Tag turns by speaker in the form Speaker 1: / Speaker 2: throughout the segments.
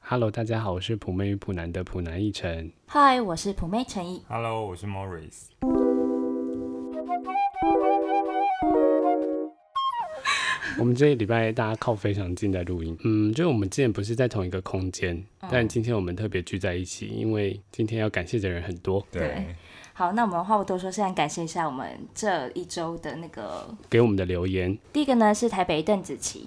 Speaker 1: Hello，大家好，我是普妹与普男的普男一晨。
Speaker 2: 嗨，我是普妹陈怡。
Speaker 3: Hello，我是 Morris。
Speaker 1: 我们这一礼拜大家靠非常近在录音，嗯，就是我们之前不是在同一个空间，
Speaker 2: 嗯
Speaker 1: 但今天我们特别聚在一起，因为今天要感谢的人很多，
Speaker 3: 对，
Speaker 2: 好，那我们话不多说，先来感谢一下我们这一周的那个
Speaker 1: 给我们的留言，
Speaker 2: 第一个呢是台北邓紫棋，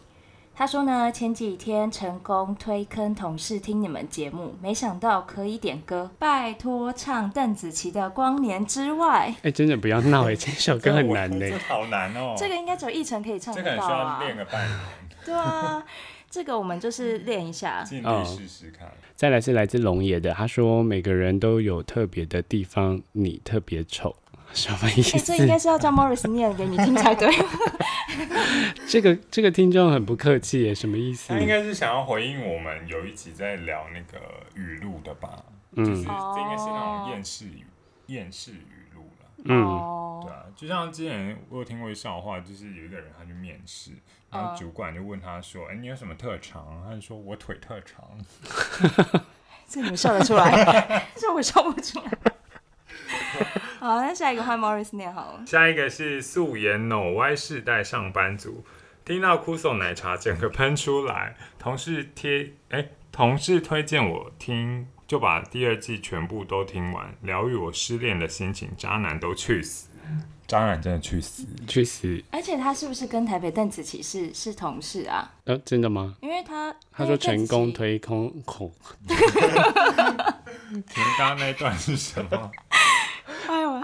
Speaker 2: 她说呢前几天成功推坑同事听你们节目，没想到可以点歌，拜托唱邓紫棋的《光年之外》，
Speaker 3: 哦
Speaker 1: 哎、真的不要闹哎、这首歌很难呢、
Speaker 3: 这 好难哦。
Speaker 2: 这个应该只有一成可以唱
Speaker 3: 这个
Speaker 2: 得
Speaker 3: 很
Speaker 2: 到
Speaker 3: 需要
Speaker 2: 啊。
Speaker 3: 练个半年，
Speaker 2: 对啊，这个我们就是练一 下。
Speaker 3: 尽
Speaker 1: 嗯
Speaker 3: 力试试看。
Speaker 1: 再来是来自龙爷的，他说每个人都有特别的地方，你特别丑，什么意思？
Speaker 2: 哎、这应该是要叫 Morris 念给你听才对。
Speaker 1: 这个这个听众很不客气耶，什么意思
Speaker 3: 他？应该是想要回应我们有一集在聊那个语录的吧？就是这应该是那种厌世语、厌世语录了。
Speaker 1: 嗯，
Speaker 2: 哦
Speaker 3: 对啊，就像之前我有听过一笑话，就是有一个人他去面试，然后主管就问他说：“哎、你有什么特长？”他就说：“我腿特长。
Speaker 2: 这你们笑得出来， 这我笑不出来。 好，那下一个换 Morris 念好了”。
Speaker 3: 下一个是素颜脑歪世代上班族，听到酷送奶茶整个喷出来，同事贴哎、同事推荐我听，就把第二季全部都听完，疗愈我失恋的心情，渣男都去死，渣男真的去死。
Speaker 1: 去死！
Speaker 2: 而且他是不是跟台北邓紫棋是是同事啊？
Speaker 1: 呃，真的吗？
Speaker 2: 因为他
Speaker 1: 他说成功，
Speaker 2: 因为
Speaker 1: 推空口，
Speaker 3: 请问刚刚那一段是什 么？
Speaker 2: 邓紫棋哎呦，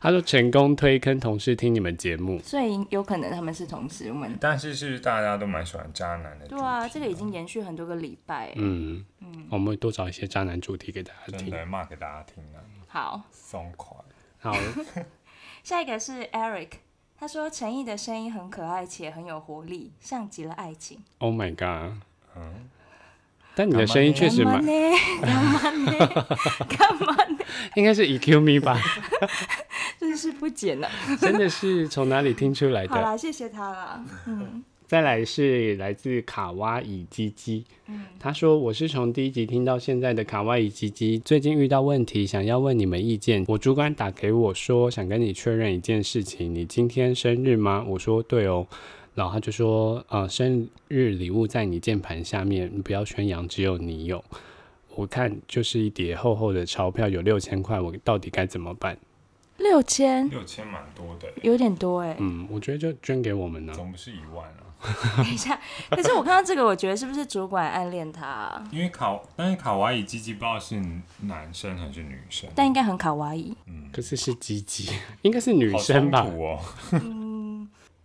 Speaker 1: 他说成功推坑同事听你们节目，
Speaker 2: 所以有可能他们是同事。我们
Speaker 3: 但是是大家都蛮喜欢渣男的主题，
Speaker 2: 对啊，这个已经延续很多个礼拜。
Speaker 1: 嗯，我们会多找一些渣男主题给大家
Speaker 3: 真
Speaker 1: 听。
Speaker 3: 的骂给大家听啊，
Speaker 2: 好，
Speaker 3: 松快。
Speaker 1: 好，
Speaker 2: 下一个是 Eric，他说陈毅的声音很可爱且很有活力，像极了爱情。
Speaker 1: Oh my god！
Speaker 3: 嗯，
Speaker 1: 但你的声音确实
Speaker 2: 干嘛
Speaker 1: 蛮，
Speaker 2: 呢？干嘛呢？干嘛呢？
Speaker 1: 应该是 EQ me 吧？
Speaker 2: 真是不简啊！
Speaker 1: 真的是从哪里听出来
Speaker 2: 好
Speaker 1: 的？
Speaker 2: 啦，谢谢他啦。
Speaker 1: 再来是来自卡哇伊鸡鸡，他说我是从第一集听到现在的卡哇伊鸡鸡，最近遇到问题想要问你们意见，我主管打给我说想跟你确认一件事情，你今天生日吗？我说对哦。然后他就说，呃，生日礼物在你键盘下面，不要宣扬只有你有。我看就是一叠厚厚的钞票，有六千块，我到底该怎么办？
Speaker 2: 六千
Speaker 3: 六千蛮多的耶，
Speaker 2: 有点多哎、
Speaker 1: 嗯，我觉得就捐给我们呢、
Speaker 3: 总不是一万啊。
Speaker 2: 等一下，可是我看到这个，我觉得是不是主管暗恋他啊、
Speaker 3: 因为卡，但是卡哇伊鸡鸡不知道是男生还是女生，
Speaker 2: 但应该很卡哇伊。
Speaker 1: 可是是鸡鸡，应该是女
Speaker 3: 好
Speaker 1: 生吧？
Speaker 3: 冲突哦。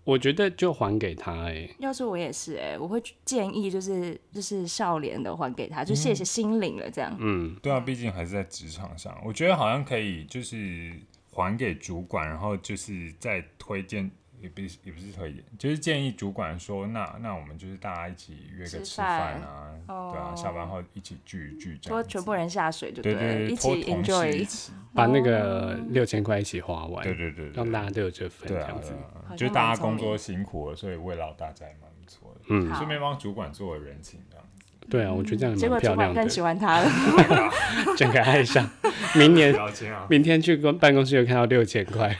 Speaker 1: 我觉得就还给他哎、
Speaker 2: 要是我也是哎、我会建议就是就是笑脸的还给他，就谢谢心领了这样。
Speaker 1: 嗯，
Speaker 3: 对啊，毕竟还是在职场上，我觉得好像可以就是还给主管，然后就是再推荐，也不是也不是推荐，就是建议主管说，那那我们就是大家一起约个
Speaker 2: 吃
Speaker 3: 吃
Speaker 2: 饭
Speaker 3: 饭啊，
Speaker 2: 哦
Speaker 3: 对啊，下班后一起聚一聚这
Speaker 2: 说
Speaker 3: 样
Speaker 2: 全
Speaker 3: 子。
Speaker 2: 部人下水就
Speaker 3: 对
Speaker 2: 了，
Speaker 3: 对对，
Speaker 2: 一
Speaker 3: 拖
Speaker 2: 起
Speaker 3: 同事一
Speaker 2: enjoy。
Speaker 3: 起，
Speaker 1: 把那
Speaker 2: 哦
Speaker 1: 个六千块一起花完，
Speaker 3: 对对对对，
Speaker 1: 让大家都有这份
Speaker 3: 对
Speaker 1: 这
Speaker 3: 啊
Speaker 1: 样子。
Speaker 3: 对啊
Speaker 2: 好
Speaker 3: 就
Speaker 2: 像
Speaker 3: 大
Speaker 2: 蛮
Speaker 3: 家工
Speaker 2: 聪
Speaker 3: 作
Speaker 2: 明
Speaker 3: 辛苦了，所以慰劳大家也蛮不错的，
Speaker 1: 嗯，
Speaker 2: 好
Speaker 3: 顺便帮主管做了人情这样子。
Speaker 1: 对啊，我觉得这样也蛮
Speaker 2: 结果主
Speaker 1: 漂
Speaker 2: 管
Speaker 1: 亮的
Speaker 2: 更，喜欢他了，
Speaker 1: 整个爱上。明 年
Speaker 3: 标签啊，
Speaker 1: 明天去公办公室又看到六千块，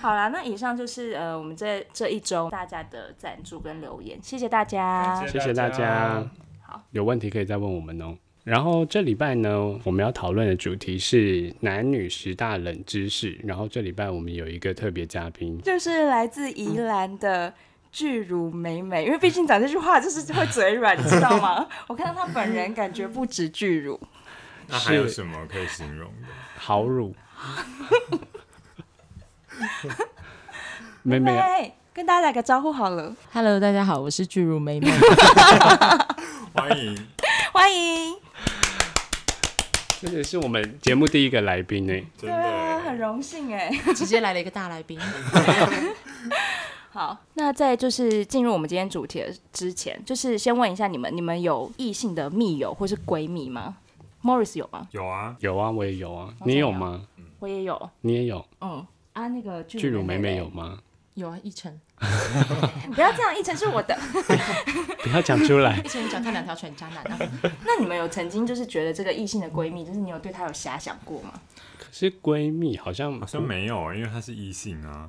Speaker 2: 好啦，那以上就是呃我们这这一周大家的赞助跟留言，谢谢大家。
Speaker 1: 谢谢大家。
Speaker 2: 好，
Speaker 1: 有问题可以再问我们哦。然后这礼拜呢，我们要讨论的主题是男女十大冷知识。然后这礼拜我们有一个特别嘉宾，
Speaker 2: 就是来自宜兰的巨乳美美，因为毕竟讲这句话就是会嘴软，你知道 吗？我看到她本人，感觉不止巨 乳，
Speaker 3: 那还有
Speaker 1: 是
Speaker 3: 什么可以形容的？
Speaker 1: 豪 乳。妹啊妹，
Speaker 2: 对，跟大家打个招呼好了，
Speaker 4: Hello，大家好，我是巨乳妹妹。
Speaker 3: 欢迎，
Speaker 2: 欢迎，
Speaker 1: 真的是我们节目第一个来宾呢、
Speaker 3: 真
Speaker 2: 对
Speaker 1: 欸
Speaker 2: 啊，很
Speaker 3: 的
Speaker 2: 荣幸哎。
Speaker 4: 直接来了一个大来宾，
Speaker 2: 好，那在就是进入我们今天主题的之前，就是先问一下你们，你们有异性的密友或是闺蜜吗？Morris 有吗？
Speaker 3: 有啊，
Speaker 1: 有啊，我也有啊，
Speaker 2: 哦
Speaker 1: 你有
Speaker 2: 真的
Speaker 1: 吗？
Speaker 2: 我也有，
Speaker 1: 你也有？
Speaker 2: 嗯啊，那个
Speaker 1: 巨乳
Speaker 2: 美
Speaker 1: 美
Speaker 2: 美
Speaker 1: 美有吗？
Speaker 4: 有啊，一晨，
Speaker 2: 你不要这样，一晨是我的。
Speaker 1: 不要讲出来
Speaker 4: 一。晨你脚踏两条船，渣男 啊！
Speaker 2: 那你们有曾经就是觉得这个异性的闺蜜，就是你有对她有遐想过吗？
Speaker 1: 可是闺蜜好像
Speaker 3: 好像没有，因为他是异性啊。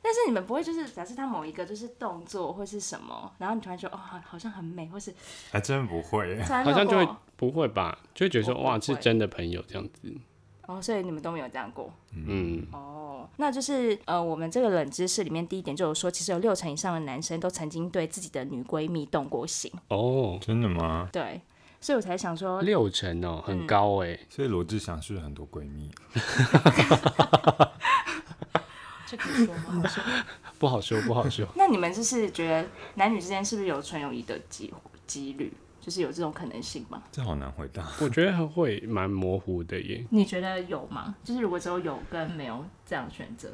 Speaker 2: 但是你们不会就是假设她某一个就是动作或是什么，然后你突然觉得哦好好像很美， 或是
Speaker 3: 还真不会，
Speaker 2: 突然
Speaker 1: 好像
Speaker 2: 露
Speaker 1: 就会
Speaker 2: 过
Speaker 1: 不会吧，就会觉得说
Speaker 2: 哦我不
Speaker 1: 哇是
Speaker 2: 会
Speaker 1: 真的朋友这样子。
Speaker 2: 哦，所以你们都没有这样过。
Speaker 1: 嗯，
Speaker 2: 哦，那就是呃，我们这个冷知识里面第一点就有说，其实有六成以上的男生都曾经对自己的女闺蜜动过心，
Speaker 1: 哦，
Speaker 3: 真的吗？
Speaker 2: 对，所以我才想说，
Speaker 1: 六成哦，很高哎。
Speaker 3: 所以罗志祥是不是很多闺蜜？
Speaker 4: 这可以说吗？
Speaker 1: 不好说，不好说。
Speaker 2: 那你们就是觉得男女之间是不是有纯友谊的机几率，就是有这种可能性吗？
Speaker 3: 这好难回 答。
Speaker 1: 我觉得会蛮模糊的耶。
Speaker 2: 你觉得有吗？就是如果只有有跟没有这样选择，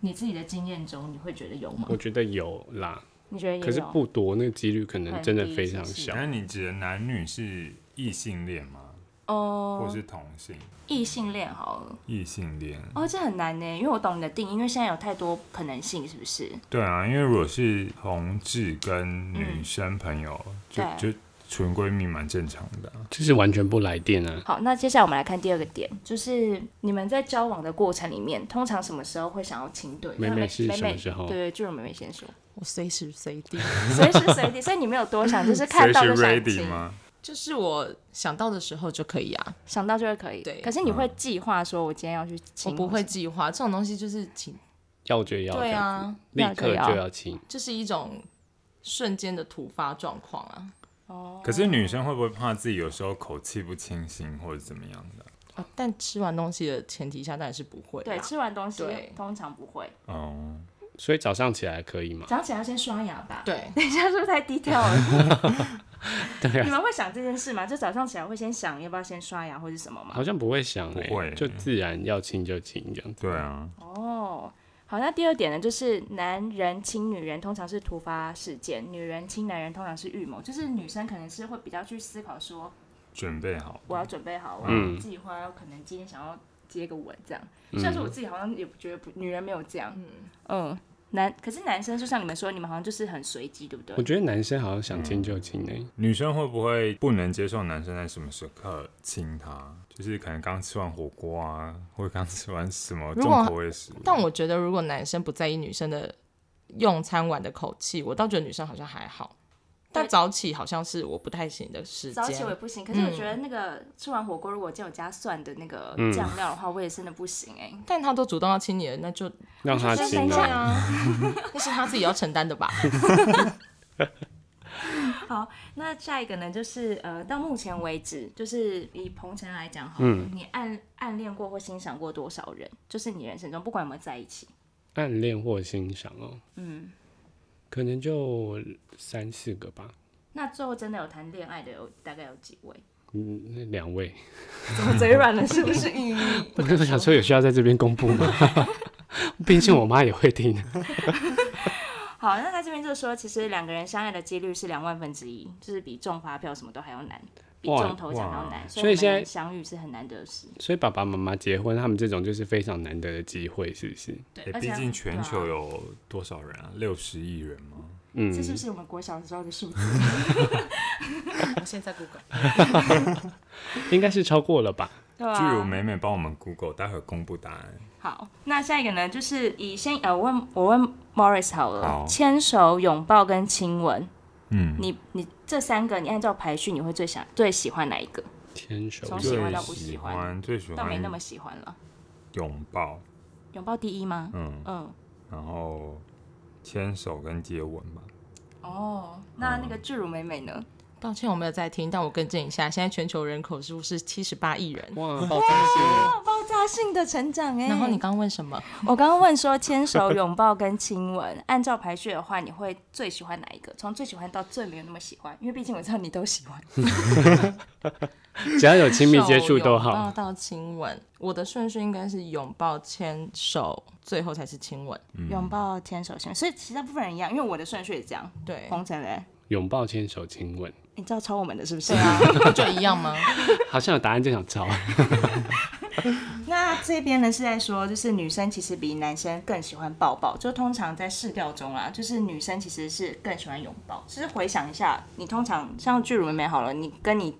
Speaker 2: 你自己的经验中，你会觉得有吗
Speaker 1: 我？觉得有啦，
Speaker 2: 你觉得也有？
Speaker 1: 可是不多，那个几率可能真的
Speaker 2: 很低
Speaker 1: 非常
Speaker 2: 是不是
Speaker 1: 小。
Speaker 3: 那你指的男女是异性恋吗？或
Speaker 2: 哦，
Speaker 3: 是同性？
Speaker 2: 异性恋好了。
Speaker 3: 异性恋，
Speaker 2: 哦，这很难呢，因为我懂你的定义，因为现在有太多可能性，是不是？
Speaker 3: 对啊，因为如果是同志跟女生朋友，就
Speaker 2: 嗯对
Speaker 3: 就纯闺蜜蛮正常的啊、
Speaker 1: 就是完全不来电啊。
Speaker 2: 好，那接下来我们来看第二个点，就是你们在交往的过程里面，通常什么时候会想要亲对？
Speaker 1: 妹妹是
Speaker 2: 妹
Speaker 1: 什么时候
Speaker 2: 对对，就是妹妹 先说，
Speaker 4: 我随时随地，
Speaker 2: 随时随地，所以你没有多想，就是看
Speaker 3: 随
Speaker 2: 到
Speaker 3: 时
Speaker 2: 就想
Speaker 3: ready
Speaker 2: 亲，
Speaker 3: 吗？
Speaker 4: 就是我想到的时候就可以啊，
Speaker 2: 想到就会可以。
Speaker 4: 对
Speaker 2: 可是你
Speaker 1: 嗯
Speaker 2: 会计划说，我今天要去
Speaker 4: 我
Speaker 2: 亲，
Speaker 4: 不会计划这种东西，就是请
Speaker 1: 要就要，
Speaker 4: 对，啊，
Speaker 1: 立
Speaker 2: 要就
Speaker 1: 刻
Speaker 2: 要
Speaker 1: 就要亲。
Speaker 4: 就是一种瞬间的突发状况啊。
Speaker 2: 哦。
Speaker 3: 可是女生会不会怕自己有时候口气不清新或者怎么样的？
Speaker 4: 啊但吃完东西的前提下，当然是不会啦。
Speaker 2: 对，吃完东西
Speaker 4: 对
Speaker 2: 通常不会，
Speaker 3: 哦，
Speaker 1: 所以早上起来可以吗？
Speaker 2: 早上起来要先刷牙吧。，
Speaker 4: 对，
Speaker 2: 等一下是不是太低调了？
Speaker 1: 对
Speaker 2: 你
Speaker 1: 啊，
Speaker 2: 们会想这件事吗？就早上起来会先想要不要先刷牙或是什么吗？
Speaker 1: 好像不会想哎、
Speaker 3: 不会
Speaker 1: 就自然要亲就亲这样子。
Speaker 3: 对啊，
Speaker 2: 哦，好，那第二点呢，就是男人亲女人通常是突发事件，女人亲男人通常是预谋，就是女生可能是会比较去思考说，
Speaker 3: 准备好，
Speaker 2: 我要准备好，我
Speaker 1: 嗯
Speaker 2: 要计划，可能今天想要接个吻这样。虽然说我自己好像也不觉得不，女人没有这样，嗯男可是男生就像你们说，你们好像就是很随机，对不
Speaker 1: 我
Speaker 2: 对？
Speaker 1: 觉得男生好像想亲就亲哎、
Speaker 3: 女生会不会不能接受男生在什么时刻亲她？就是可能刚吃完火锅啊，或者刚吃完什么
Speaker 4: 如
Speaker 3: 重
Speaker 4: 果
Speaker 3: 口味的食物。
Speaker 4: 但我觉得如果男生不在意女生的用餐碗的口气，我倒觉得女生好像还好。但
Speaker 2: 对
Speaker 4: 早起好像是我不太行的时
Speaker 2: 早起我也
Speaker 4: 间，
Speaker 2: 不
Speaker 1: 嗯
Speaker 2: 行，可是我觉得那个吃完火锅，如果叫我加蒜的那个
Speaker 1: 嗯
Speaker 2: 酱料的话，我也真的不行哎、
Speaker 4: 但他都主动要亲你了，那就
Speaker 1: 让他
Speaker 2: 就是
Speaker 1: 亲
Speaker 2: 等一
Speaker 1: 啊。
Speaker 2: 下，
Speaker 4: 那是他自己要承担 的吧。
Speaker 2: 那下一个呢，就是呃，到目前为止，就是以鹏程来讲好了，
Speaker 1: 嗯
Speaker 2: 你暗暗恋过或欣赏过多少人？就是你人生中不管有没有在一起，
Speaker 1: 暗恋或欣赏哦，
Speaker 2: 嗯，
Speaker 1: 可能就三四个吧。
Speaker 2: 那最后真的有谈恋爱的有大概有几位？
Speaker 1: 嗯，那两位，
Speaker 2: 怎么嘴软了？是不是？ 嗯，
Speaker 1: 我我想说有需要在这边公布吗？ 毕竟我妈也会听。啊
Speaker 2: 好，那他这边就说，其实两个人相爱的几率是两万分之一，就是比中发票什么都还要难，比
Speaker 1: 哇
Speaker 2: 中头奖还要难，所
Speaker 1: 所以
Speaker 2: 以
Speaker 1: 现
Speaker 2: 现
Speaker 1: 在
Speaker 2: 在相遇是很难得的事。
Speaker 1: 所以爸爸妈妈结婚，他们这种就是非常难得的机会，是不是？
Speaker 2: 对，
Speaker 3: 诶
Speaker 2: 而且
Speaker 3: 哎毕竟全
Speaker 2: 对
Speaker 3: 球
Speaker 2: 啊
Speaker 3: 有多少人啊？六十亿人吗？
Speaker 1: 嗯
Speaker 2: 这，是不是我们国小时候的数字？
Speaker 4: 我现在 Google，
Speaker 1: 应该是超过了吧？
Speaker 2: 对啊吧
Speaker 3: 巨乳美美帮我们 Google，待会儿公布答案。
Speaker 2: 好，那下一个呢，就是以先呃，我问我问 Morris 好
Speaker 3: 好
Speaker 2: 了，牵手、拥抱跟亲吻，
Speaker 3: 嗯，
Speaker 2: 你你这三个，你按照排序，你会最想最喜欢哪一个？
Speaker 1: 牵手
Speaker 2: 从
Speaker 3: 最
Speaker 2: 喜
Speaker 3: 喜
Speaker 2: 欢
Speaker 3: 欢
Speaker 2: 到不喜欢
Speaker 3: 最喜
Speaker 2: 倒没那
Speaker 3: 欢
Speaker 2: 么喜欢了，
Speaker 3: 拥抱，
Speaker 2: 拥抱第一吗？
Speaker 3: 嗯，
Speaker 2: 嗯，
Speaker 3: 然后牵手跟接吻吧。
Speaker 2: 哦，那那个巨乳美美呢？
Speaker 4: 抱歉我没有在听，但我更正一下，现在全球人口数是七十八亿人。
Speaker 1: 哇，爆炸性！
Speaker 2: 哦爆炸性的成长哎、
Speaker 4: 然后你刚问什么？
Speaker 2: 我刚刚问说牵手、拥抱跟亲吻，按照排序的话，你会最喜欢哪一个？从最喜欢到最没有那么喜欢，因为毕竟我知道你都喜欢。
Speaker 1: 只要有亲密接触都
Speaker 4: 手拥抱
Speaker 1: 好。
Speaker 4: 到亲吻，我的顺序应该是拥抱、牵手，最后才是亲吻。
Speaker 3: 嗯
Speaker 2: 拥抱、牵手、亲吻，所以其他部分人一样，因为我的顺序也这样。
Speaker 4: 对，
Speaker 2: 红尘嘞，
Speaker 1: 拥抱、牵手、亲吻，
Speaker 2: 你知道抄我们的是不是？
Speaker 4: 对啊，不就一样吗？
Speaker 1: 好像有答案就想抄。
Speaker 2: 那这边呢是在说，就是女生其实比男生更喜欢抱抱，就通常在试调中啦，就是女生其实是更喜欢拥抱。就是回想一下，你通常像巨乳妹好了，你跟你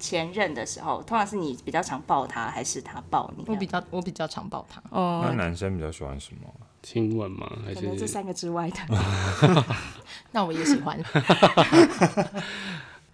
Speaker 2: 前任的时候，通常是你比较常抱他，还是他抱你啊？
Speaker 4: 我比较我比较常抱他，
Speaker 3: 那
Speaker 2: 哦，
Speaker 3: 男生比较喜欢什么？
Speaker 1: 亲吻吗？还
Speaker 2: 可能这
Speaker 1: 是
Speaker 2: 三个之外的。
Speaker 4: 那我也喜欢。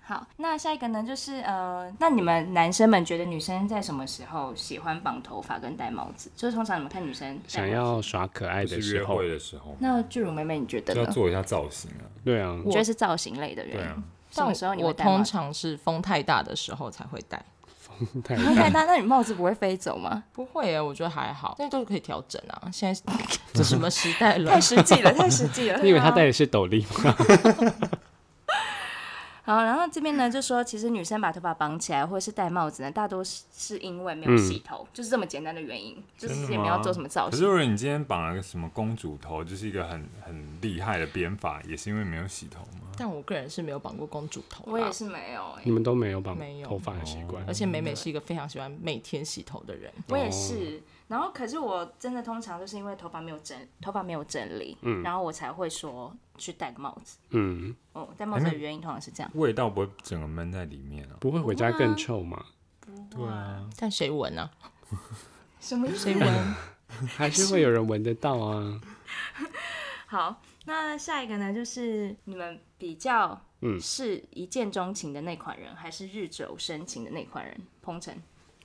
Speaker 2: 好，那下一个呢，就是呃，那你们男生们觉得女生在什么时候喜欢绑头发跟戴帽子？就是通常你们看女生戴
Speaker 1: 想
Speaker 2: 帽子
Speaker 1: 要耍可爱的
Speaker 3: 就是
Speaker 1: 时
Speaker 3: 约
Speaker 1: 候
Speaker 3: 会？的时候，
Speaker 2: 那巨乳妹妹，你觉得
Speaker 3: 就要
Speaker 2: 呢？
Speaker 3: 做一下造型啊。
Speaker 1: 对啊，
Speaker 2: 你觉得是造型类的人？
Speaker 3: 对啊，
Speaker 2: 什么时候你
Speaker 4: 我
Speaker 2: 会戴帽
Speaker 4: 通
Speaker 2: 子？
Speaker 4: 常是风太大的时候才会戴，
Speaker 1: 太
Speaker 2: 不太大，那你帽子不会飞走吗？
Speaker 4: 不会耶，我觉得还好，但都是可以调整啊。现在 这什么时代了
Speaker 2: 太？实际了，太实 际了。
Speaker 1: 你以为他戴的是斗笠吗？
Speaker 2: 好，然后这边呢就说，其实女生把头发绑起来或者是戴帽子呢，大多是是因为没有洗头，就是这么简单的原因，就是
Speaker 3: 嗯真的
Speaker 2: 也没有
Speaker 3: 吗
Speaker 2: 做什么造
Speaker 3: 可是
Speaker 2: 型。
Speaker 3: 如果你今天绑了个什么公主头，就是一个很很厉害的编法，也是因为没有洗头吗？
Speaker 4: 但我个人是没有绑过公主头，
Speaker 2: 我也，是没有、欸
Speaker 3: 嗯
Speaker 1: 你，们都没有绑
Speaker 4: 没有
Speaker 1: 头发的习惯
Speaker 4: 而，且美美是一个非常喜欢每天洗头的人，
Speaker 2: 我也是。然后可是我真的通常就是因为头发没有整，头发没有整理，
Speaker 3: 嗯
Speaker 2: 然后我才会说去戴个帽子。
Speaker 1: 嗯，
Speaker 2: 哦，戴
Speaker 3: 哎
Speaker 2: 帽子的原因通常是这样。
Speaker 3: 味道不会整个闷在里面啊？
Speaker 1: 不会回家更臭吗？
Speaker 3: 对
Speaker 2: 嗯
Speaker 3: 啊，
Speaker 4: 但谁闻啊？
Speaker 2: 什么意思
Speaker 4: 谁？闻？
Speaker 1: 还是会有人闻得到啊？
Speaker 2: 好，那下一个呢，就是你们比较
Speaker 1: 嗯
Speaker 2: 是一见钟情的那款人，还是日久生情的那款人？彭程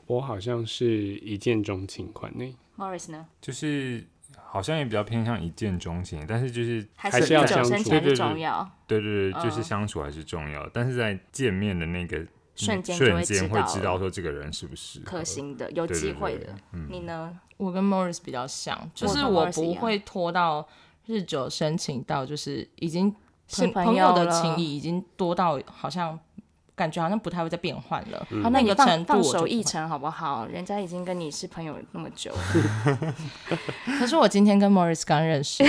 Speaker 1: 我好像是一见钟情款呢，
Speaker 2: Morris 呢？
Speaker 3: 就是好像也比较偏向一见钟情，但是就是
Speaker 2: 还
Speaker 1: 还
Speaker 2: 是
Speaker 1: 是要
Speaker 2: 日久
Speaker 1: 相
Speaker 2: 生
Speaker 1: 处
Speaker 2: 情还
Speaker 3: 对
Speaker 2: 是
Speaker 3: 对对
Speaker 2: 重要？
Speaker 3: 对对对，就
Speaker 2: 嗯
Speaker 3: 是相处还是重要，但是在见面的那个嗯
Speaker 2: 瞬间就
Speaker 3: 瞬
Speaker 2: 会知
Speaker 3: 间
Speaker 2: 道
Speaker 3: 会
Speaker 2: 了
Speaker 3: 知道说这个人是不是
Speaker 2: 可行的，有
Speaker 3: 对对
Speaker 2: 机会
Speaker 3: 对嗯
Speaker 2: 的。你呢？
Speaker 4: 我跟 Morris 比较像，就是
Speaker 2: 我跟
Speaker 4: 我
Speaker 2: Morris 一
Speaker 4: 不
Speaker 2: 样
Speaker 4: 会拖到日久生情到就是已经
Speaker 2: 是
Speaker 4: 朋
Speaker 2: 朋
Speaker 4: 友
Speaker 2: 友
Speaker 4: 的
Speaker 2: 了
Speaker 4: 情谊已经多到好像感觉好像不太会再变换了，
Speaker 2: 好，啊那
Speaker 4: 那
Speaker 2: 你
Speaker 4: 个
Speaker 2: 放
Speaker 4: 程度
Speaker 2: 放
Speaker 4: 我
Speaker 2: 手
Speaker 4: 就
Speaker 2: 一
Speaker 4: 不
Speaker 2: 程好不好？人家已经跟你是朋友那么久了，
Speaker 4: 可是我今天跟 Morris 刚 认识，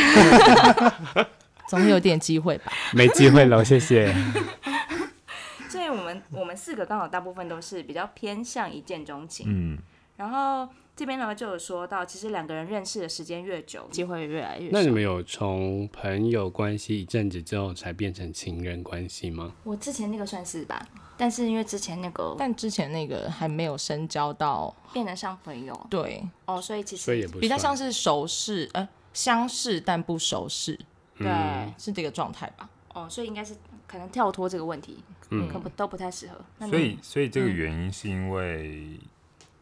Speaker 4: 总有点机会吧？
Speaker 1: 没机会 了，谢谢。
Speaker 2: 所以我们我们四个刚好大部分都是比较偏向一见钟情。
Speaker 3: 嗯，
Speaker 2: 然后这边呢就有说到，其实两个人认识的时间越久，机会越来越
Speaker 1: 那
Speaker 2: 少
Speaker 1: 你。们有从朋友关系一阵子之后才变成情人关系吗？
Speaker 2: 我之前那个算是吧，但是因为之前那个
Speaker 4: 但之前那个还没有深交到，
Speaker 2: 变得像朋友
Speaker 4: 对，
Speaker 2: 哦，所以其实
Speaker 1: 所以也不
Speaker 4: 比较像
Speaker 1: 算
Speaker 4: 是熟识，呃，相识但不熟识，
Speaker 2: 对、
Speaker 1: 嗯
Speaker 4: 是这个状态吧？
Speaker 2: 哦，所以应该是可能跳脱这个问题，
Speaker 1: 嗯
Speaker 2: 可不都不太适合。那你嗯
Speaker 3: 所以所以这个原因是因为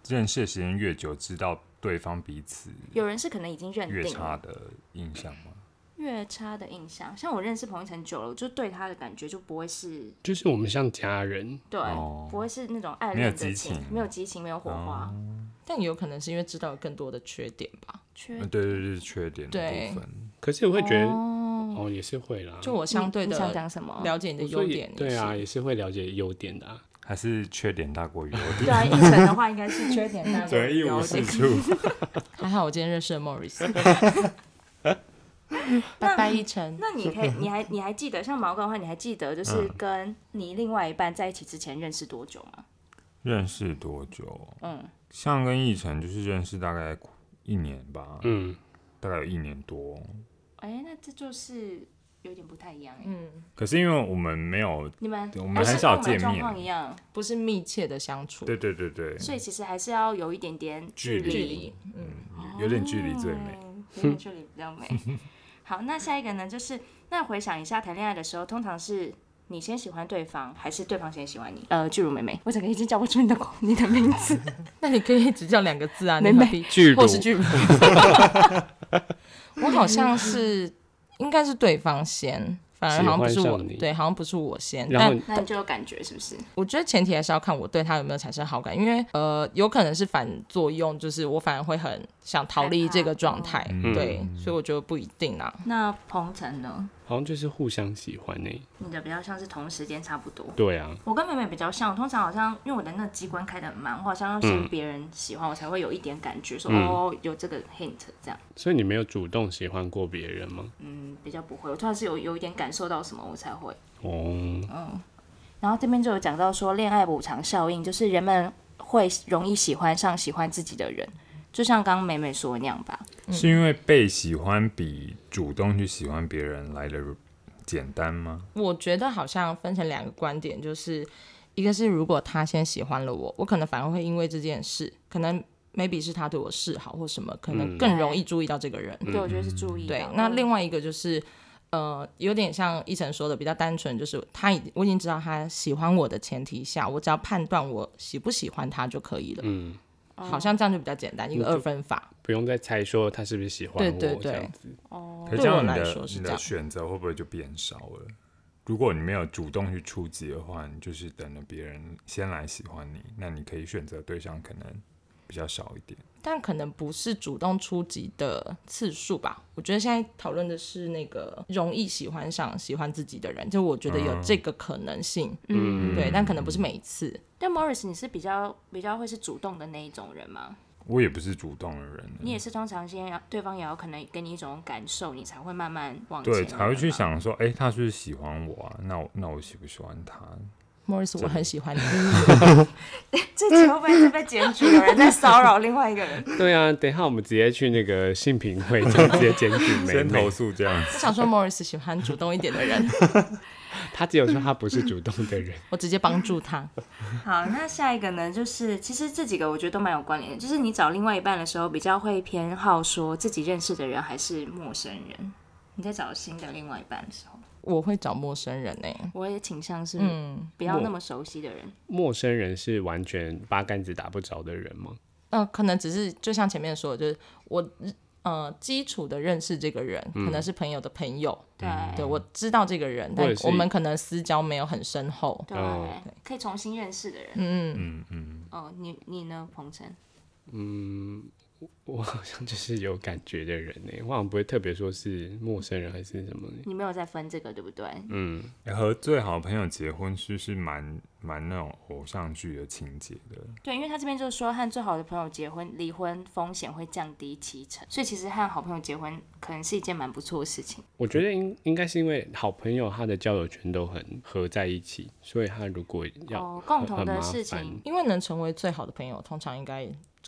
Speaker 3: 认识的时间越久，知道对方彼此
Speaker 2: 有人是可能已经认
Speaker 3: 越
Speaker 2: 定
Speaker 3: 差
Speaker 2: 了
Speaker 3: 的印象吗？一
Speaker 2: 越差的印象，像我认识彭昱晨久了，我就对他的感觉就不会是
Speaker 1: 就是我们像家人，
Speaker 2: 对，
Speaker 3: 哦
Speaker 2: 不会是那种爱
Speaker 3: 没有
Speaker 2: 恋的
Speaker 3: 激
Speaker 2: 情，
Speaker 3: 情哦
Speaker 2: 没有激情，没有火花。
Speaker 4: 但也有可能是因为知道有更多的缺点吧。
Speaker 2: 缺
Speaker 3: 呃对对对，缺点的
Speaker 4: 对
Speaker 3: 部分。
Speaker 1: 可是我会觉得
Speaker 2: 哦，
Speaker 1: 哦也是会啦，
Speaker 4: 就我
Speaker 2: 你
Speaker 4: 相对
Speaker 2: 嗯你想
Speaker 4: 的呃
Speaker 2: 讲什么？
Speaker 4: 了解你的
Speaker 1: 所
Speaker 4: 优
Speaker 1: 以
Speaker 4: 点，
Speaker 1: 对啊，，也是会了解优点的、啊。
Speaker 3: 还是缺点大 过于优点，
Speaker 2: 对啊，应承的话应该是缺点大
Speaker 3: 对，一无是处。
Speaker 4: 还好我今天认识了 Morris，拜拜一晨。
Speaker 2: 那你可以，你还你还记得像毛哥的话，你还记得就是
Speaker 1: 嗯
Speaker 2: 跟你另外一半在一起之前认识多久吗？
Speaker 3: 认识多久？
Speaker 2: 嗯，
Speaker 3: 像跟奕晨就是认识大概一年吧，
Speaker 1: 嗯，
Speaker 3: 大概有一年多。
Speaker 2: 哎、那这就是有点不太一样哎、
Speaker 4: 嗯，
Speaker 3: 可是因为我们没有，
Speaker 2: 你们
Speaker 3: 我们
Speaker 2: 还是
Speaker 3: 很少
Speaker 2: 跟我们
Speaker 3: 见
Speaker 2: 状
Speaker 3: 面嗯
Speaker 2: 况一样，
Speaker 4: 不是密切的相处，
Speaker 3: 对对对对，
Speaker 2: 所以其实还是要有一点点
Speaker 3: 距
Speaker 2: 离，
Speaker 3: 离有有点距离最美。
Speaker 2: 哦，有点距离比较美。 好，那下一个呢，就是那回想一下谈恋爱的时候，通常是。你先喜欢对方，还是对方先喜欢你？呃，巨乳妹妹，我整个已经叫不出你的你的名字。
Speaker 4: 那你可以只叫两个字啊，
Speaker 2: 美
Speaker 4: 你
Speaker 2: 美
Speaker 4: 何必
Speaker 1: 巨乳
Speaker 4: 或是巨 乳？我好像是应该是对方先，反而好像不是
Speaker 1: 喜欢
Speaker 4: 我
Speaker 1: 上你，
Speaker 4: 对，好像不是我先。
Speaker 1: 然后
Speaker 4: 但
Speaker 2: 那你就有感觉是不是？
Speaker 4: 我觉得前提还是要看我对他有没有产生好感，因为呃，有可能是反作用，就是我反而会很想逃离这个状态，
Speaker 3: 嗯
Speaker 4: 对，所以我觉得不一定啊。
Speaker 2: 那彭程呢？
Speaker 1: 好像就是互相喜欢呢、
Speaker 2: 你的比较像是同时间差不多。
Speaker 1: 对啊，
Speaker 2: 我跟妹妹比较像，我通常好像因为我的那个机关开的很慢，我好像要先别人喜欢，我才会有一点感觉说、
Speaker 1: 嗯
Speaker 2: 哦有这个 hint 这样。
Speaker 1: 所以你没有主动喜欢过别人吗？
Speaker 2: 嗯，比较不会，我突然是有有一点感受到什么，我才会。
Speaker 1: 哦，
Speaker 2: 然后这边就有讲到说恋爱补偿效应，就是人们会容易喜欢上喜欢自己的人，就像刚刚美美说的那样吧。
Speaker 3: 是因为被喜欢比主动去喜欢别人来的简单吗？
Speaker 4: 我觉得好像分成两个观点，就是一个是如果他先喜欢了我，我可能反而会因为这件事，可能 maybe 是他对我示好或什么，可
Speaker 3: 嗯
Speaker 4: 能更容易注意到这个人。
Speaker 2: 对，我觉得是注意到。
Speaker 4: 对，那另
Speaker 2: 嗯
Speaker 4: 外一个就是，呃，有点像一晨说的，比较单纯，就是他已我已经知道他喜欢我的前提下，我只要判断我喜不喜欢他就可以了。
Speaker 1: 嗯，
Speaker 4: 好像这样就比较简单，一
Speaker 1: 嗯
Speaker 4: 个
Speaker 1: 就
Speaker 4: 二分法。
Speaker 1: 不用再猜说他是不是喜欢
Speaker 4: 对
Speaker 1: 我
Speaker 4: 对
Speaker 1: 这
Speaker 4: 对
Speaker 1: 样子。
Speaker 3: 可是
Speaker 4: 哦对
Speaker 3: 这
Speaker 4: 我
Speaker 3: 样你
Speaker 4: 来
Speaker 3: 的
Speaker 4: 说是
Speaker 3: 你
Speaker 4: 这
Speaker 3: 的
Speaker 4: 样
Speaker 3: 选择会不会就变少了？如果你没有主动去出击的话，你就是等着别人先来喜欢你，那你可以选择对象可能比较少一点。
Speaker 4: 但可能不是主动出击的次数吧。我觉得现在讨论的是那个容易喜欢上喜欢自己的人，就我觉得有这个可能性。嗯，对，但可能不是每一次。
Speaker 2: 但 Morris，你是比较比较会是主动的那一种人吗？
Speaker 3: 我也不是主动的人，
Speaker 2: 你也是通常先要对方也要可能给你一种感受，你才会慢慢往前的
Speaker 3: 啊对，
Speaker 2: 人吗，
Speaker 3: 才会去想说，哎、他是不是喜欢我啊？那我那我喜不喜欢他？
Speaker 4: Morris，我很喜欢你。
Speaker 2: 这集会不会是被检举？有人在骚扰另外一个人？
Speaker 1: 对啊，等一下我们直接去那个性平会，就直 接检举美
Speaker 3: 先投
Speaker 1: 美。
Speaker 3: 诉这样子，
Speaker 4: 我想说 Morris 喜欢主动一点的人，
Speaker 1: 他只有说他不是主动的人，
Speaker 4: 我直接帮助他。
Speaker 2: 好，那下一个呢，就是其实这几个我觉得都蛮有关联的，就是你找另外一半的时候，比较会偏好说自己认识的人还是陌生人。你在找新的另外一半的时候，
Speaker 4: 我会找陌生人呢、欸
Speaker 2: 我也倾向是
Speaker 4: 嗯，
Speaker 2: 不要那么熟悉的人。
Speaker 1: 陌生人是完全八竿子打不着的人吗？
Speaker 4: 呃，可能只是就像前面说的，就是我呃基础的认识这个人，
Speaker 1: 嗯
Speaker 4: 可能是朋友的朋友，
Speaker 2: 对、
Speaker 4: 对我知道这个人，
Speaker 1: 或
Speaker 4: 但
Speaker 1: 者是
Speaker 4: 我们可能私交没有很深厚。
Speaker 2: 对、
Speaker 1: 哦
Speaker 2: 可以重新认识的人。
Speaker 4: 嗯，
Speaker 3: 嗯嗯，
Speaker 2: 哦，你你呢，彭晨？
Speaker 1: 我好像就是有感觉的人呢、我好像不会特别说是陌生人还是什么、
Speaker 2: 你没有在分这个，对不对？
Speaker 1: 嗯，
Speaker 3: 诶 和最好的朋友结婚是是蛮蛮那种偶像剧的情节的，
Speaker 2: 对，因为他这边就是说和最好的朋友结婚，离婚风险会降低七成，所以其实和好朋友结婚可能是一件蛮不错的事情。
Speaker 1: 我觉得应应该是因为好朋友他的交友圈都很合在一起，所以他如果要、
Speaker 2: 哦，共同
Speaker 1: 很
Speaker 2: 的
Speaker 1: 麻
Speaker 2: 事
Speaker 1: 烦
Speaker 2: 情，
Speaker 4: 因为能成为最好的朋友，通常应该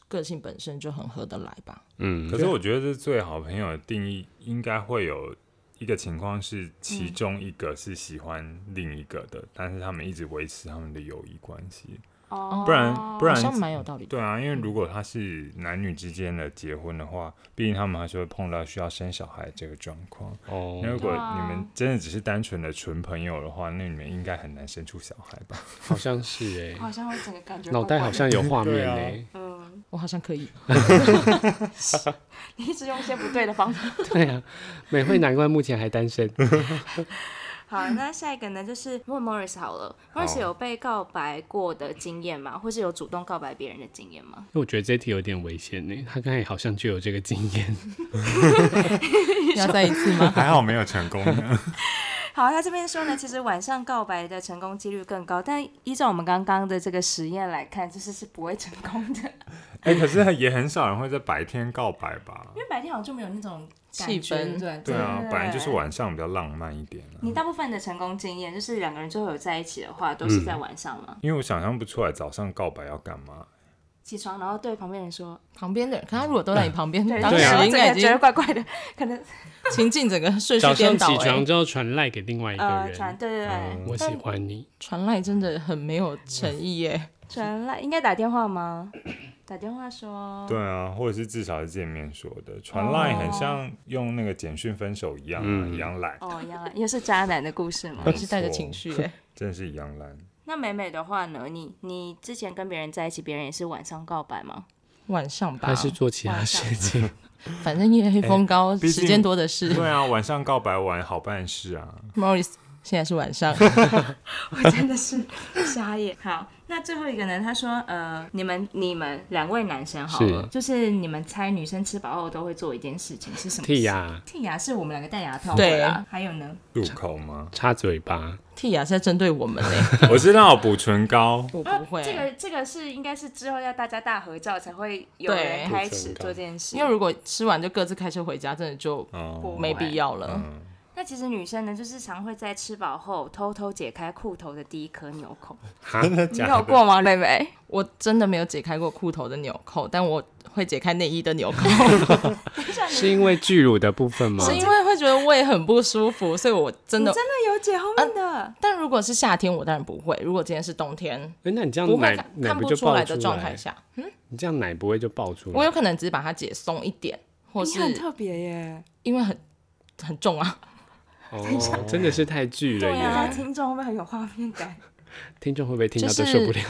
Speaker 4: 个性本身就很合得来吧。
Speaker 1: 嗯，
Speaker 3: 可是我觉得这最好朋友的定义应该会有一个情况是，其中一个是喜欢另一个的，但是他们一直维持他们的友谊关系，
Speaker 2: 哦，
Speaker 3: 不然不然
Speaker 4: 好像蛮有道理的。
Speaker 3: 对啊，因为如果他是男女之间的结婚的话，毕竟他们还是会碰到需要生小孩这个状况。那
Speaker 1: 哦，
Speaker 3: 如果
Speaker 2: 对啊
Speaker 3: 你们真的只是单纯的纯朋友的话，那你们应该很难生出小孩吧？
Speaker 1: 好像是哎、
Speaker 2: 好像会整个感觉
Speaker 1: 脑袋好像
Speaker 2: 有，
Speaker 1: 有画
Speaker 4: 啊
Speaker 1: 面哎、
Speaker 3: 对
Speaker 2: 嗯，
Speaker 4: 我好像可以，
Speaker 2: 你一直用一些不对的方法。
Speaker 1: 对啊，美惠难怪目前还单身。
Speaker 2: 好，那下一个呢，就是问 Morris 好了，Morris
Speaker 3: 好
Speaker 2: 有被告白过的经验吗？或是有主动告白别人的经验吗？
Speaker 1: 我觉得这题有点危险呢，他刚才好像就有这个经验。
Speaker 4: 要再一次 吗？
Speaker 3: 还好没有成功呢。
Speaker 2: 好，他这边说呢，其实晚上告白的成功几率更高，但依照我们刚刚的这个实验来看，就是是不会成功的， 因
Speaker 3: 哎、可是也很少人会在白天告白吧？
Speaker 2: 为白天好像就没有那种感
Speaker 4: 气
Speaker 2: 觉
Speaker 4: 氛
Speaker 2: 对
Speaker 3: 对啊，本来就是。
Speaker 2: 对
Speaker 3: 晚上比较浪漫一点、啊。
Speaker 2: 你大部分的成功经验，就是两个人最后有在一起的话，都是在晚上嘛，
Speaker 3: 因为我想象不出来早上告白要干嘛。
Speaker 2: 起床然后对旁边人说，
Speaker 4: 旁边的人，可他如果都在你旁边，
Speaker 2: 对，
Speaker 4: 当
Speaker 1: 对
Speaker 4: 时
Speaker 1: 啊
Speaker 2: 然后
Speaker 4: 应
Speaker 2: 这
Speaker 4: 该
Speaker 2: 个
Speaker 4: 已
Speaker 2: 觉得
Speaker 4: 经
Speaker 2: 怪怪的，可能
Speaker 4: 情境整个顺
Speaker 1: 早
Speaker 4: 序
Speaker 1: 上
Speaker 4: 颠倒、
Speaker 1: 起
Speaker 4: 欸。
Speaker 1: 床之后传赖给另外一个
Speaker 2: 呃
Speaker 1: 人，
Speaker 2: 传对对对，
Speaker 1: 我喜欢你。
Speaker 4: 传赖真的很没有诚意欸
Speaker 1: 嗯
Speaker 4: 耶。
Speaker 2: 传来应该打电话吗？打电话说，
Speaker 3: 对啊，或者是至少是见面说的，传
Speaker 2: 哦
Speaker 3: line 很像用那个简讯分手一样、啊，
Speaker 1: 嗯
Speaker 3: 一样烂，
Speaker 2: 哦，一样啊，又是渣男的故事吗？
Speaker 4: 我是带着情绪 欸耶。
Speaker 3: 真的是一样 烂。
Speaker 2: 那美美的话呢？你你之前跟别人在一起，别人也是晚上告白吗？
Speaker 4: 晚上吧
Speaker 1: 他，是做其他事情，
Speaker 4: 反正夜黑风
Speaker 1: 哎
Speaker 4: 高，
Speaker 3: 毕竟
Speaker 4: 时间多的是。
Speaker 3: 对啊，晚上告白完好办事啊。
Speaker 4: Morris 现在是 晚上，
Speaker 2: 我真的是傻眼。 好，那最后一个呢？他说，呃，你们你们两位男生好了，
Speaker 1: 是
Speaker 2: 就是你们猜女生吃饱后都会做一件事情是什么？
Speaker 1: 剔。牙、
Speaker 2: 剔牙是我们两个戴牙套
Speaker 4: 对
Speaker 2: 啊。还有呢？
Speaker 3: 入口 吗？
Speaker 1: 擦嘴巴，
Speaker 4: 替雅是在针对我们嘞。
Speaker 3: 我知道补唇膏，
Speaker 4: 我不会，
Speaker 2: 这个这个是应该是之后要大家大合照才会有
Speaker 4: 对
Speaker 2: 人开始
Speaker 1: 不存高
Speaker 2: 做这件事，
Speaker 4: 因为如果吃完就各自开车回家，真的就
Speaker 1: 嗯
Speaker 3: 哦，
Speaker 4: 没必要了。
Speaker 2: 那其实女生呢，就是常会 在吃饱后偷偷解开裤头的第一颗纽扣，
Speaker 1: 哈，
Speaker 2: 你有过吗，妹妹？
Speaker 4: 我真的没有解开过裤头的纽扣，但我会解开内衣的纽扣，
Speaker 1: 嗯是因为巨乳的部分吗？
Speaker 4: 是因为会觉得胃很不舒服，所以我真
Speaker 2: 你
Speaker 4: 的
Speaker 1: 嗯
Speaker 2: 真。的啊有解后面的，
Speaker 4: 但如果是夏天，我当然不会；如果今天是冬天，
Speaker 1: 哎、那你这
Speaker 4: 不
Speaker 1: 样
Speaker 4: 会
Speaker 1: 奶
Speaker 4: 看
Speaker 1: 奶
Speaker 4: 看
Speaker 1: 不
Speaker 4: 不
Speaker 1: 就
Speaker 4: 出
Speaker 1: 爆
Speaker 4: 来
Speaker 1: 出
Speaker 4: 的状态下，
Speaker 1: 你这样奶不会就爆出
Speaker 4: 我
Speaker 1: 来？
Speaker 4: 有可能只是把它解松一点，或
Speaker 2: 你
Speaker 4: 是
Speaker 2: 很特别耶。
Speaker 4: 因为很很重啊。
Speaker 1: 哦，真的是太巨了
Speaker 2: 对
Speaker 1: 耶！
Speaker 2: 啊，听众会不会很有画面感？
Speaker 1: 听众会不会听到
Speaker 4: 就
Speaker 1: 都
Speaker 4: 是
Speaker 1: 受不了？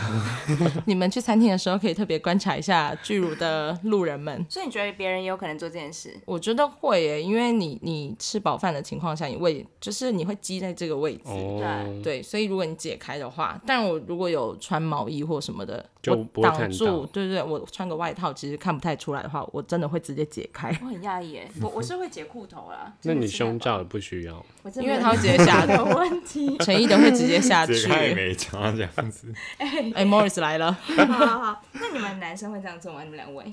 Speaker 4: 你们去餐厅的时候，可以特别观察一下巨乳的路人们。
Speaker 2: 所以你觉得别人也有可能做这件事？
Speaker 4: 我觉得会耶，因为你你吃饱饭的情况下，你胃就是你会积在这个位置。
Speaker 1: 哦，
Speaker 4: 对，啊所以如果你解开的话，但我如果有穿毛衣或什么的，
Speaker 1: 就不
Speaker 4: 我
Speaker 1: 会
Speaker 4: 挡
Speaker 1: 看
Speaker 4: 住，
Speaker 1: 到
Speaker 4: 对对，我穿个外套其实看不太出来的话，我真的会直接解开，
Speaker 2: 我很讶异耶，我我是会解裤头啦。
Speaker 1: 那
Speaker 2: 真的
Speaker 1: 你
Speaker 2: 是太
Speaker 1: 胸
Speaker 2: 棒
Speaker 1: 罩
Speaker 2: 了，
Speaker 1: 不需要，
Speaker 2: 我真
Speaker 4: 因
Speaker 2: 的
Speaker 4: 为
Speaker 2: 没
Speaker 4: 它会直接 下
Speaker 2: 有问题。
Speaker 4: 陈毅的会直接下去
Speaker 3: 解。开也没差这样子，
Speaker 4: 哎、m o r r i s 来了，
Speaker 2: 好好好，那你们男生会这样做吗？你们两位，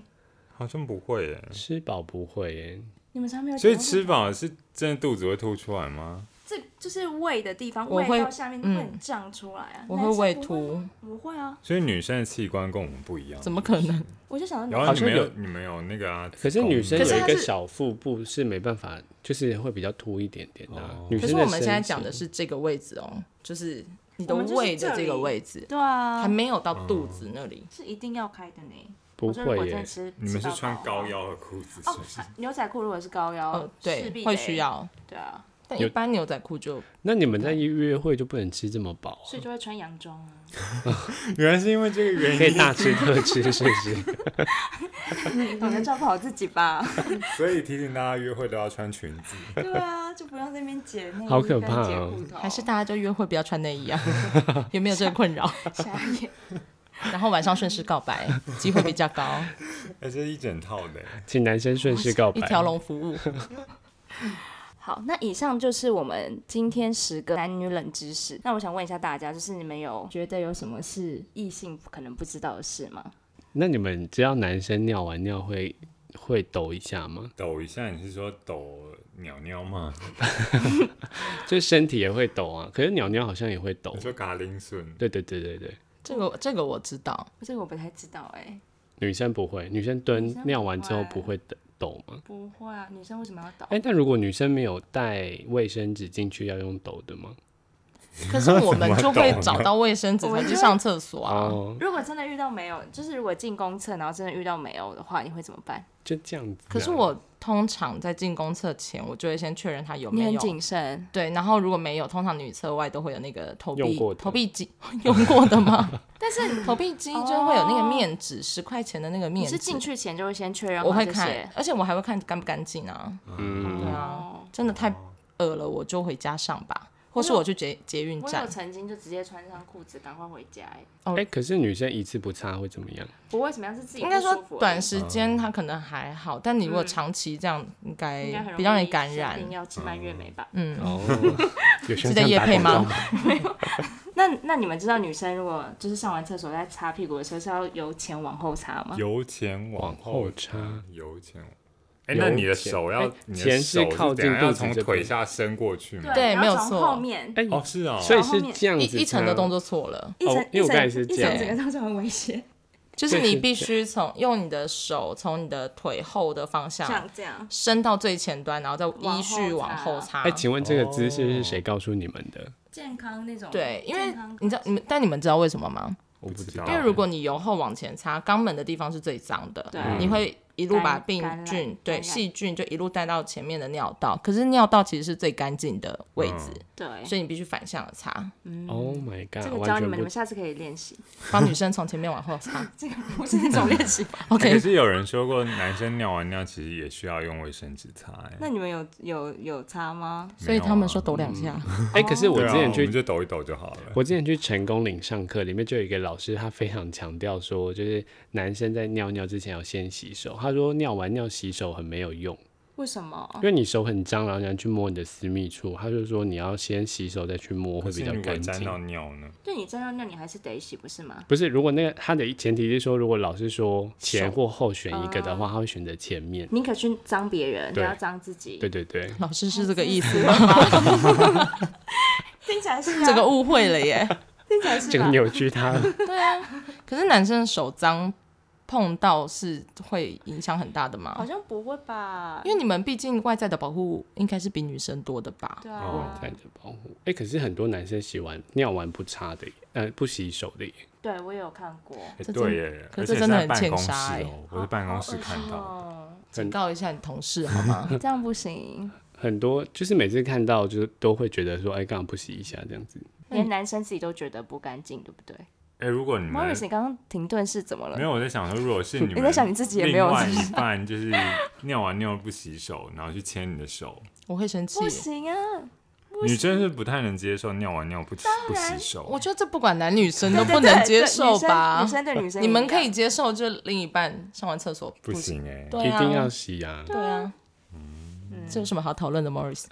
Speaker 3: 好像不会耶。
Speaker 1: 吃饱不会耶。
Speaker 2: 你们从来没有
Speaker 3: 所
Speaker 2: 解
Speaker 3: 以
Speaker 2: 过
Speaker 3: 吃饱是真的肚子会凸出来吗？
Speaker 2: 这就是胃的地方，
Speaker 4: 我
Speaker 2: 胃
Speaker 4: 会
Speaker 2: 到下面
Speaker 4: 嗯
Speaker 2: 会很胀出来啊。
Speaker 4: 我
Speaker 2: 男
Speaker 4: 会
Speaker 2: 生
Speaker 4: 胃
Speaker 2: 不
Speaker 4: 凸
Speaker 2: 吗，我会啊，
Speaker 3: 所以女生的器官跟我们不一样。
Speaker 4: 怎么可能？
Speaker 2: 我就想
Speaker 3: 然
Speaker 2: 到
Speaker 3: 后
Speaker 1: 好
Speaker 3: 你
Speaker 1: 像
Speaker 3: 们有啊
Speaker 1: 有
Speaker 3: 你们有那个啊，
Speaker 1: 可是女生
Speaker 4: 可是
Speaker 1: 有一
Speaker 4: 它
Speaker 1: 个
Speaker 4: 是
Speaker 1: 小腹部是没办法，就是会比较凸一点点的啊、
Speaker 3: 哦
Speaker 1: 女
Speaker 4: 可
Speaker 1: 生
Speaker 4: 是
Speaker 1: 的
Speaker 4: 我们现在
Speaker 1: 身
Speaker 4: 讲
Speaker 1: 形
Speaker 4: 的是这个位置哦，就是你的
Speaker 2: 我们就是
Speaker 4: 胃的
Speaker 2: 这
Speaker 4: 这个
Speaker 2: 里
Speaker 4: 位置，
Speaker 2: 对啊
Speaker 4: 还，没有到肚子那里。
Speaker 2: 是一定要开的呢。
Speaker 1: 不
Speaker 2: 我说如果
Speaker 1: 会
Speaker 2: 真的
Speaker 1: 耶，
Speaker 2: 吃，
Speaker 3: 你
Speaker 2: 吃
Speaker 3: 们是
Speaker 2: 到
Speaker 3: 穿
Speaker 2: 饱
Speaker 3: 高
Speaker 2: 啊
Speaker 3: 腰的裤子是
Speaker 2: 哦
Speaker 3: 不是？，
Speaker 2: 牛仔裤如果是高腰，
Speaker 4: 哦，
Speaker 2: 势
Speaker 4: 对，
Speaker 2: 必
Speaker 4: 会
Speaker 2: 得
Speaker 4: 需。要。
Speaker 2: 对啊，
Speaker 4: 但
Speaker 1: 有
Speaker 4: 一般牛仔裤就
Speaker 1: 那你们在约会就不能吃这么饱啊、
Speaker 2: 所以就会穿洋装啊。
Speaker 3: 原来是因为这个原
Speaker 1: 可以
Speaker 3: 因，
Speaker 1: 大吃特吃，是不是？
Speaker 4: 嗯
Speaker 2: 懂得照顾好自己 吧。
Speaker 3: 所以提醒大家约会都要穿裙子。
Speaker 2: 对啊，就不用在那边解内衣
Speaker 1: 好可怕
Speaker 2: 跟解
Speaker 1: 哦
Speaker 2: 裤头
Speaker 4: 还是大家就约会不要穿内衣 啊，有没有这个困扰？
Speaker 2: 傻 眼。
Speaker 4: 然后晚上顺势告 白机会比较高，
Speaker 3: 哎，这是一整套的耶，欸
Speaker 1: 请男生顺势告
Speaker 4: 一
Speaker 1: 白，
Speaker 4: 条龙 服务。
Speaker 2: 好，那以上就是我们今天十个男女冷知识。那我想问一下大家，就是你们有觉得有什么是异性可能不知道的事吗？
Speaker 1: 那你们知道男生尿完尿会会抖一下吗？
Speaker 3: 抖一下，你是说抖鸟鸟吗？
Speaker 1: 就身体也会抖啊，可是鸟鸟好像也会抖
Speaker 3: 你。说嘎铃顺，
Speaker 1: 对对对对对，
Speaker 4: 这个这个我知 道，
Speaker 2: 这个我不太知道哎、
Speaker 1: 女生不会，女生蹲
Speaker 2: 女生不
Speaker 1: 尿完之后不
Speaker 2: 会
Speaker 1: 会抖抖吗？
Speaker 2: 不会啊，女生为什么要倒
Speaker 1: 哎、但如果女生没有带卫生纸进去，要用抖的吗？
Speaker 4: 可是我们就会
Speaker 3: 怎么懂啊
Speaker 4: 找到卫生纸
Speaker 2: 我
Speaker 4: 才
Speaker 2: 们
Speaker 4: 去
Speaker 2: 就
Speaker 4: 上厕所啊。
Speaker 1: 哦，
Speaker 2: 如果真的遇到没有，就是如果进公厕，然后真的遇到没有的话，你会怎么办？
Speaker 1: 就这样子啊、
Speaker 4: 可是我通常在进公厕前，我就会先确认它有
Speaker 2: 你
Speaker 4: 没
Speaker 2: 很
Speaker 4: 有
Speaker 2: 谨慎，
Speaker 4: 对，然后如果没有，通常女厕外都会有那个投
Speaker 1: 用
Speaker 4: 币
Speaker 1: 过的
Speaker 4: 投币机， 用过的 吗？哦但是投币机就会有那个面纸，十块钱的那个
Speaker 2: 你
Speaker 4: 面纸。
Speaker 2: 是进去前就会先确认
Speaker 4: 我
Speaker 2: 好
Speaker 4: 会
Speaker 2: 啊这
Speaker 4: 看
Speaker 2: 些，。
Speaker 4: 而且我还会看干不干净啊。
Speaker 1: 嗯，
Speaker 4: 对啊，
Speaker 2: 哦，
Speaker 4: 真的太饿了，我就回家上吧，或是
Speaker 2: 我有
Speaker 4: 我去捷捷运
Speaker 2: 我有
Speaker 4: 站。
Speaker 2: 曾经就直接穿上裤子赶快回家、哎，
Speaker 4: 哦
Speaker 1: 哎、可是女生一次不擦会怎么样？
Speaker 2: 我为什么样是自己
Speaker 4: 应该说
Speaker 2: 不舒服而已欸
Speaker 4: 短时间它可能还好，但你如果
Speaker 2: 嗯
Speaker 4: 长期这样，应该
Speaker 2: 应该很容易啊
Speaker 4: 比较容易感
Speaker 2: 生
Speaker 4: 染
Speaker 2: 病。要吃蔓越莓吧？
Speaker 4: 嗯，
Speaker 1: 哦，有需要这
Speaker 4: 记得
Speaker 1: 样
Speaker 4: 夜
Speaker 1: 打
Speaker 4: 配
Speaker 1: 广告
Speaker 4: 吗？嗯
Speaker 2: 那那你们知道女生如果就是上完厕所在擦屁股的时候是要由前往后擦吗？
Speaker 3: 由前
Speaker 1: 往
Speaker 3: 啊往
Speaker 1: 后
Speaker 3: 后
Speaker 1: 插，
Speaker 3: 由前往。哎，
Speaker 1: 由
Speaker 3: 那你的
Speaker 1: 前
Speaker 3: 手要
Speaker 1: 哎，
Speaker 3: 你的
Speaker 1: 前是
Speaker 3: 手
Speaker 1: 靠
Speaker 3: 怎样
Speaker 1: 近肚
Speaker 3: 要
Speaker 1: 子
Speaker 3: 从
Speaker 1: 这
Speaker 3: 腿
Speaker 1: 边
Speaker 3: 下伸过去吗？
Speaker 4: 对
Speaker 2: 然后
Speaker 4: 没有
Speaker 2: 从
Speaker 4: 错
Speaker 2: 后面
Speaker 1: 哎、
Speaker 3: 哦，是哦，
Speaker 1: 所以
Speaker 2: 然后后
Speaker 1: 是
Speaker 2: 面
Speaker 1: 这样
Speaker 4: 一
Speaker 1: 子
Speaker 4: 一层的
Speaker 1: 擦
Speaker 4: 动作错了，
Speaker 2: 一层
Speaker 1: 哦因为我刚才是
Speaker 2: 一
Speaker 1: 这样
Speaker 2: 层整个动作很危险，
Speaker 4: 就是
Speaker 1: 对
Speaker 4: 你
Speaker 1: 是
Speaker 4: 必须从用你的手从你的腿后的方向
Speaker 2: 像这样。
Speaker 4: 伸到最前端，然后再依
Speaker 2: 往
Speaker 4: 序
Speaker 2: 后
Speaker 4: 往
Speaker 2: 插
Speaker 4: 后插
Speaker 1: 哎、。请问这个姿势是
Speaker 3: 哦
Speaker 1: 谁告诉你们的？
Speaker 2: 健康那种，
Speaker 4: 对，因为
Speaker 2: 健康
Speaker 4: 你知道，你们但你们知道为什么吗？
Speaker 1: 我不知
Speaker 3: 道
Speaker 1: 道
Speaker 4: 因为如果你由后往前擦，肛门的地方是最脏的
Speaker 2: 对，
Speaker 4: 你会一路把
Speaker 2: 感
Speaker 4: 病
Speaker 2: 感染
Speaker 4: 菌、
Speaker 2: 感
Speaker 4: 对
Speaker 2: 染
Speaker 4: 细菌就一路带到前面的尿道，可是尿道其实是最干净的位置，
Speaker 2: 对，
Speaker 4: 所以你必须反向的擦，
Speaker 1: Oh my god！
Speaker 2: 这个教
Speaker 1: 完
Speaker 2: 你
Speaker 1: 全
Speaker 2: 们，你
Speaker 1: 不
Speaker 2: 们，下次可以练习。。
Speaker 4: 帮女生从前面往后擦
Speaker 2: 这个不是那种练习法。
Speaker 3: 哎可
Speaker 4: OK，
Speaker 3: 是有人说过，男生尿完尿其实也需要用卫生纸擦。哎
Speaker 2: 那你们有有有擦吗？
Speaker 4: 所以他们说抖两下，
Speaker 1: 哎、可是我
Speaker 3: 对
Speaker 1: 之
Speaker 3: 啊
Speaker 1: 前
Speaker 3: 我
Speaker 1: 去、
Speaker 3: 们就抖一抖就好了。
Speaker 1: 我之前去成功岭上课，里面就有一个老师，他非常强调说，就是男生在尿尿之前要先洗手。他说尿完尿洗手很没有用，
Speaker 2: 为什么？
Speaker 1: 因为你手很脏，然后你要去摸你的私密处，他就说你要先洗手再去摸会
Speaker 3: 可是
Speaker 1: 比较
Speaker 3: 如果
Speaker 1: 干
Speaker 3: 沾
Speaker 1: 净。
Speaker 3: 到尿呢？
Speaker 2: 对你沾到尿，你还是得洗，不是吗？
Speaker 1: 不是，如果那个他的前提是说，如果老师说前
Speaker 4: 手啊
Speaker 1: 或后选一个的话，他会选择前面。
Speaker 2: 宁可去脏别人，不
Speaker 1: 对
Speaker 2: 要脏自己。
Speaker 1: 对，对对，
Speaker 4: 老师哦是这啊个意思，
Speaker 2: 听起来是啊啊
Speaker 4: 这个误会了耶。
Speaker 2: 听起来是啊
Speaker 1: 这个
Speaker 2: 吧
Speaker 1: 扭曲他
Speaker 4: 对啊，可是男生的手脏碰到是会影响很大的吗
Speaker 2: 好？像不会吧？
Speaker 4: 因为你们毕竟外在的保护应该是比女生多的吧？
Speaker 2: 对
Speaker 1: 外
Speaker 2: 啊，
Speaker 1: 在的保护。哎、可是很多男生洗完尿完不擦的耶，呃，不洗手的耶。
Speaker 2: 对我有看过，
Speaker 3: 哎
Speaker 4: 这
Speaker 3: 对
Speaker 4: 真
Speaker 3: 耶，
Speaker 4: 可
Speaker 3: 而且
Speaker 4: 是这
Speaker 3: 是
Speaker 4: 真的
Speaker 3: 在
Speaker 4: 很
Speaker 3: 办
Speaker 4: 欠
Speaker 3: 公室
Speaker 4: 杀哎
Speaker 3: 哦，我是办公室看到的，
Speaker 2: 到，
Speaker 4: 警告一下你同事好吗？
Speaker 2: 这样不行，
Speaker 1: 很多就是每次看到，就是都会觉得说，哎、干嘛不洗一下这样子？
Speaker 2: 连男生自己都觉得不干净，对不对
Speaker 3: 哎，如果你们
Speaker 2: ？Morris，你刚刚停顿是怎么了
Speaker 3: 没？有，我在想说，如果是你
Speaker 2: 你
Speaker 3: 们，
Speaker 2: 在想你自己也没有
Speaker 3: 另外
Speaker 2: 是不
Speaker 3: 一半就是尿完尿不洗手，然后去牵你的手，
Speaker 4: 我会生气
Speaker 2: 不。行啊，
Speaker 3: 女生是不太能接受尿完尿不不洗
Speaker 4: 我
Speaker 3: 手。
Speaker 4: 觉得这不管男女生都
Speaker 2: 对对
Speaker 4: 不
Speaker 2: 对
Speaker 4: 能接
Speaker 2: 对
Speaker 4: 受吧
Speaker 2: 女？生女生对女生一样，
Speaker 4: 你们可以接受，就是另一半上完厕所
Speaker 3: 不
Speaker 4: 洗
Speaker 3: 行哎、
Speaker 4: 对
Speaker 1: 一
Speaker 4: 啊，
Speaker 1: 定要洗啊！
Speaker 4: 对啊。
Speaker 2: 嗯
Speaker 4: 这有什么好讨论的，Morris？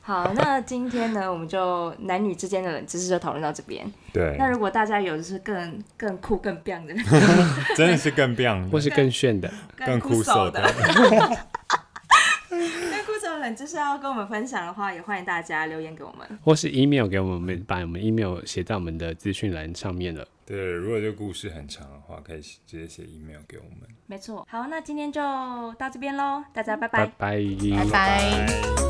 Speaker 2: 好，那今天呢，我们就男女之间的冷知识就讨论到这边。
Speaker 3: 对
Speaker 2: 那如果大家有就是更更酷、更 b 的、
Speaker 3: 真的是更棒，
Speaker 1: 或是更炫的，
Speaker 3: 更
Speaker 2: 酷
Speaker 3: 酷
Speaker 2: 手
Speaker 3: 手
Speaker 2: 的
Speaker 3: 的、
Speaker 2: 更酷手的冷知识要跟我们分享的话，也欢迎大家留言给我们。
Speaker 1: 或是 email 给我们，把我们 email 写在我们的资讯栏上面了。
Speaker 3: 对，如果这个故事很长的话，可以直接写 email 给我们。
Speaker 2: 没错，好，那今天就到这边喽，大家拜
Speaker 1: 拜
Speaker 2: 拜。
Speaker 1: 拜。
Speaker 4: 拜拜
Speaker 3: 拜